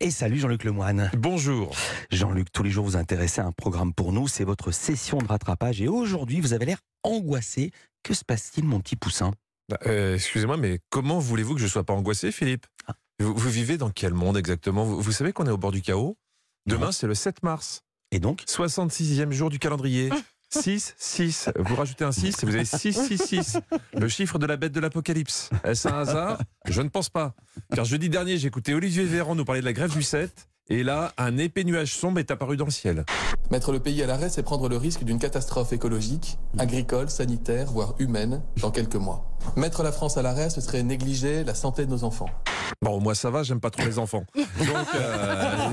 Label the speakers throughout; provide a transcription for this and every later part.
Speaker 1: Et salut Jean-Luc Lemoine.
Speaker 2: Bonjour.
Speaker 1: Jean-Luc, tous les jours vous intéressez à un programme pour nous, c'est votre session de rattrapage. Et aujourd'hui, vous avez l'air angoissé. Que se passe-t-il, mon petit poussin
Speaker 2: Bah, euh, Excusez-moi, mais comment voulez-vous que je ne sois pas angoissé, Philippe
Speaker 1: Ah.
Speaker 2: vous, vous vivez dans quel monde exactement vous, vous savez qu'on est au bord du chaos Demain, c'est le 7 mars,
Speaker 1: Et donc
Speaker 2: 66e jour du calendrier. 6, 6. Vous rajoutez un 6 et vous avez 6, 6, 6. Le chiffre de la bête de l'Apocalypse. Est-ce un hasard Je ne pense pas. Car jeudi dernier, j'ai écouté Olivier Véran nous parler de la grève du 7. Et là, un épais nuage sombre est apparu dans le ciel.
Speaker 3: Mettre le pays à l'arrêt, c'est prendre le risque d'une catastrophe écologique, agricole, sanitaire, voire humaine, dans quelques mois. Mettre la France à l'arrêt, ce serait négliger la santé de nos enfants.
Speaker 2: Bon, moi ça va, j'aime pas trop les enfants. Donc, euh,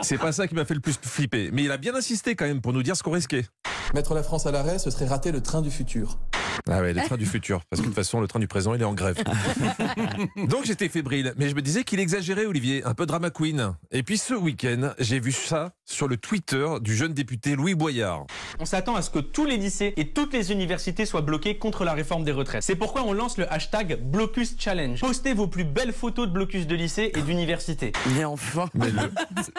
Speaker 2: c'est pas ça qui m'a fait le plus flipper. Mais il a bien insisté quand même pour nous dire ce qu'on risquait.
Speaker 3: Mettre la France à l'arrêt, ce serait rater le train du futur.
Speaker 2: Ah ouais, le train du futur. Parce que de toute façon, le train du présent, il est en grève. Donc j'étais fébrile. Mais je me disais qu'il exagérait, Olivier. Un peu drama queen. Et puis ce week-end, j'ai vu ça sur le Twitter du jeune député Louis Boyard.
Speaker 4: On s'attend à ce que tous les lycées et toutes les universités soient bloqués contre la réforme des retraites. C'est pourquoi on lance le hashtag Blocus Challenge. Postez vos plus belles photos de blocus de lycée et d'université.
Speaker 5: Mais enfin
Speaker 2: Mais le,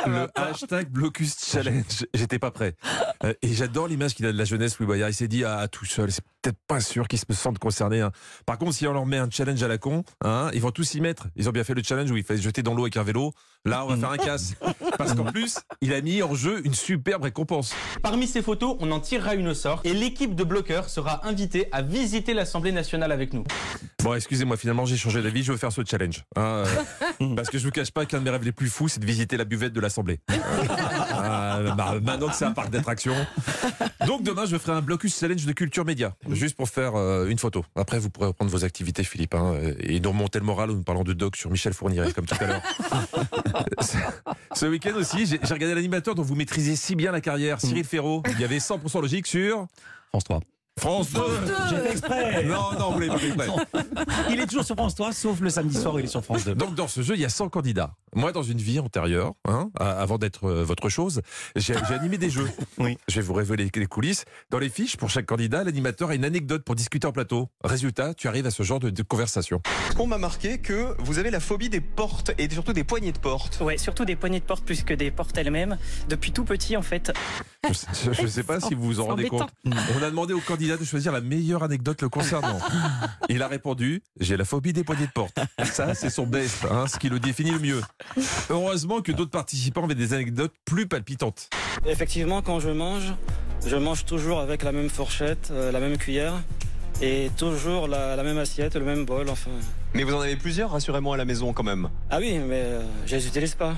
Speaker 2: le hashtag blocus challenge, j'étais pas prêt. Euh, et j'adore l'image qu'il a de la jeunesse, Louis Boyard. Il s'est dit, ah, tout seul, c'est peut-être pas sûr qu'ils se sentent concernés. hein. Par contre, si on leur met un challenge à la con, hein, ils vont tous y mettre. Ils ont bien fait le challenge où il fallait se jeter dans l'eau avec un vélo. Là, on va faire un casse. Parce qu'en plus, il a mis en jeu une superbe récompense.
Speaker 4: Parmi ces photos, on en tirera une au sort et l'équipe de bloqueurs sera invitée à visiter l'Assemblée nationale avec nous.
Speaker 2: Bon, excusez-moi, finalement, j'ai changé d'avis. Je veux faire ce challenge. hein, euh, parce que je vous cache pas qu'un de mes rêves les plus fous, c'est de visiter la buvette de l'Assemblée. Euh, bah, maintenant que c'est un parc d'attractions. Donc demain, je ferai un blocus challenge de culture média, juste pour faire euh, une photo. Après, vous pourrez reprendre vos activités, Philippe, hein, et nous remonter le moral en nous parlant de doc sur Michel Fourniret, comme tout à l'heure. Ce- Ce week-end aussi, j'ai j'ai regardé l'animateur dont vous maîtrisez si bien la carrière, Cyril Ferraud. Il y avait 100% logique sur
Speaker 1: France 3.
Speaker 2: France 2.
Speaker 6: J'ai fait exprès
Speaker 2: Non, non, vous l'avez pas fait exprès.
Speaker 6: Il est toujours sur France 3, sauf le samedi soir où il est sur France 2.
Speaker 2: Donc dans ce jeu, il y a 100 candidats. Moi, dans une vie antérieure, hein, a- avant d'être euh, votre chose, j'ai j'ai animé des jeux.
Speaker 1: Oui.
Speaker 2: Je vais vous révéler les coulisses. Dans les fiches, pour chaque candidat, l'animateur a une anecdote pour discuter en plateau. Résultat, tu arrives à ce genre de, de conversation.
Speaker 7: On m'a marqué que vous avez la phobie des portes et surtout des poignées de portes.
Speaker 8: Ouais, surtout des poignées de porte plus que des portes elles-mêmes. Depuis tout petit, en fait.
Speaker 2: Je ne sais pas si vous vous en rendez compte. On a demandé au candidat de choisir la meilleure anecdote le concernant. Il a répondu J'ai la phobie des poignées de porte. Ça, c'est son best, hein, ce qui le définit le mieux. Heureusement que d'autres participants avaient des anecdotes plus palpitantes.
Speaker 8: Effectivement, quand je mange, je mange toujours avec la même fourchette, euh, la même cuillère et toujours la, la même assiette, le même bol, enfin.
Speaker 7: Mais vous en avez plusieurs, rassurez-moi, à la maison quand même.
Speaker 8: Ah oui, mais euh, je les utilise pas.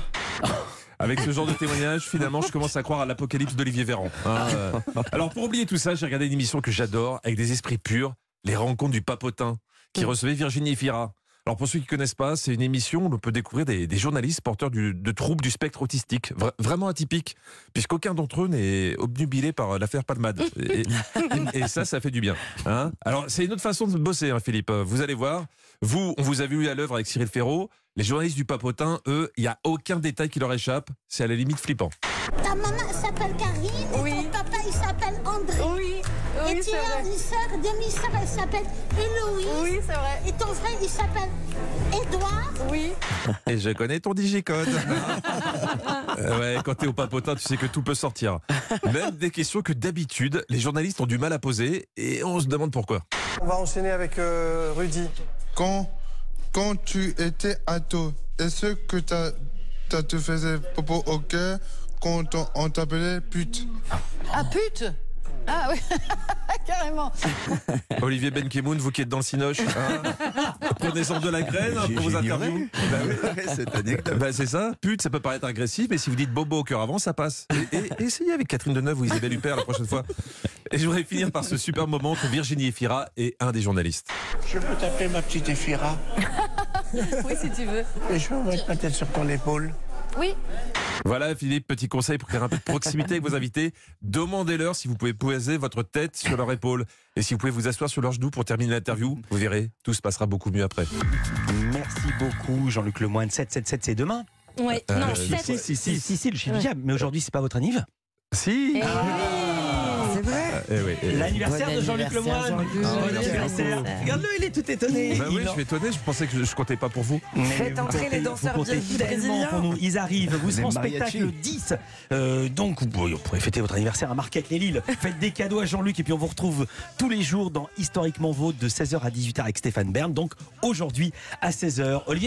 Speaker 2: Avec ce genre de témoignage, finalement, je commence à croire à l'apocalypse d'Olivier Véran. hein, euh. Alors, pour oublier tout ça, j'ai regardé une émission que j'adore, avec des esprits purs, Les Rencontres du Papotin, qui recevait Virginie Fira. Alors, pour ceux qui ne connaissent pas, c'est une émission où l'on peut découvrir des, des journalistes porteurs du- de troubles du spectre autistique, Vra- vraiment atypiques, puisqu'aucun d'entre eux n'est obnubilé par euh, l'affaire Palmade. Et, et- et ça, ça fait du bien. hein. Alors, c'est une autre façon de bosser, hein, Philippe. Vous allez voir, vous, on vous a vu à l'œuvre avec Cyril Ferraud. Les journalistes du Papotin, eux, il n'y a aucun détail qui leur échappe. C'est à la limite flippant.
Speaker 9: Ta maman s'appelle Karine, et ton papa il s'appelle André.
Speaker 10: Oui,
Speaker 9: et
Speaker 10: oui,
Speaker 9: tu
Speaker 10: c'est vrai.
Speaker 9: as une sœur, demi-sœur, elle s'appelle Héloïse.
Speaker 10: Oui, c'est vrai.
Speaker 9: Et ton frère il s'appelle Édouard.
Speaker 10: Oui.
Speaker 2: Et je connais ton digicode. Euh, ouais, quand t'es au papotin, tu sais que tout peut sortir. Même des questions que d'habitude, les journalistes ont du mal à poser et on se demande pourquoi.
Speaker 11: On va enchaîner avec euh, Rudy.
Speaker 12: quand, quand tu étais ado, est-ce que t'as, t'as te faisais popo au cœur quand on, on t'appelait pute
Speaker 10: Ah pute Ah oui, carrément.
Speaker 2: Olivier Benkemoun, vous qui êtes dans le cinoche, hein, prenez-en de la graine hein,
Speaker 5: J'ai-
Speaker 2: pour vos
Speaker 5: j'ai ignoré.
Speaker 2: interviews. Bah oui. Bah, c'est ça, pute, ça peut paraître agressif, mais si vous dites bobo au cœur avant, ça passe. Et, et- essayez avec Catherine Deneuve ou Isabelle Huppert la prochaine fois. Et je voudrais finir par ce super moment entre Virginie Efira et un des journalistes.
Speaker 11: Je peux t'appeler ma petite Ephira
Speaker 10: Oui, si tu veux.
Speaker 11: et je peux mettre ma tête sur ton épaule.
Speaker 10: Oui.
Speaker 2: Voilà, Philippe, petit conseil pour créer un peu de proximité avec vos invités. Demandez-leur si vous pouvez poser votre tête sur leur épaule et si vous pouvez vous asseoir sur leur genou pour terminer l'interview. Vous verrez, tout se passera beaucoup mieux après.
Speaker 1: Merci beaucoup Jean-Luc Lemoine. 777 c'est demain.
Speaker 10: Ouais.
Speaker 2: Euh,
Speaker 10: non,
Speaker 2: si,
Speaker 10: sept.
Speaker 2: si, si, si.
Speaker 1: si, le chiffre du diable. Mais aujourd'hui, c'est pas votre anniv
Speaker 2: Si
Speaker 10: Eh Ah oui.
Speaker 5: C'est vrai
Speaker 2: Eh oui, eh oui.
Speaker 6: L'anniversaire de Jean-Luc Lemoyne. Bon anniversaire. Regarde-le, il est tout étonné.
Speaker 2: Bah oui,
Speaker 6: Il en-
Speaker 2: je suis étonné, je pensais que je, je comptais pas pour vous.
Speaker 6: Faites entrer les danseurs brésiliens. Pour nous. Ils arrivent. Vous
Speaker 1: Les
Speaker 6: serez en
Speaker 1: mariachis.
Speaker 6: spectacle le 10. Euh, donc, vous pourrez- vous pourrez fêter votre anniversaire à Marquette les Lilles. Faites des cadeaux à Jean-Luc et puis on vous retrouve tous les jours dans Historiquement Vôtre de 16h à 18h avec Stéphane Bern. Donc aujourd'hui à 16h. Olivier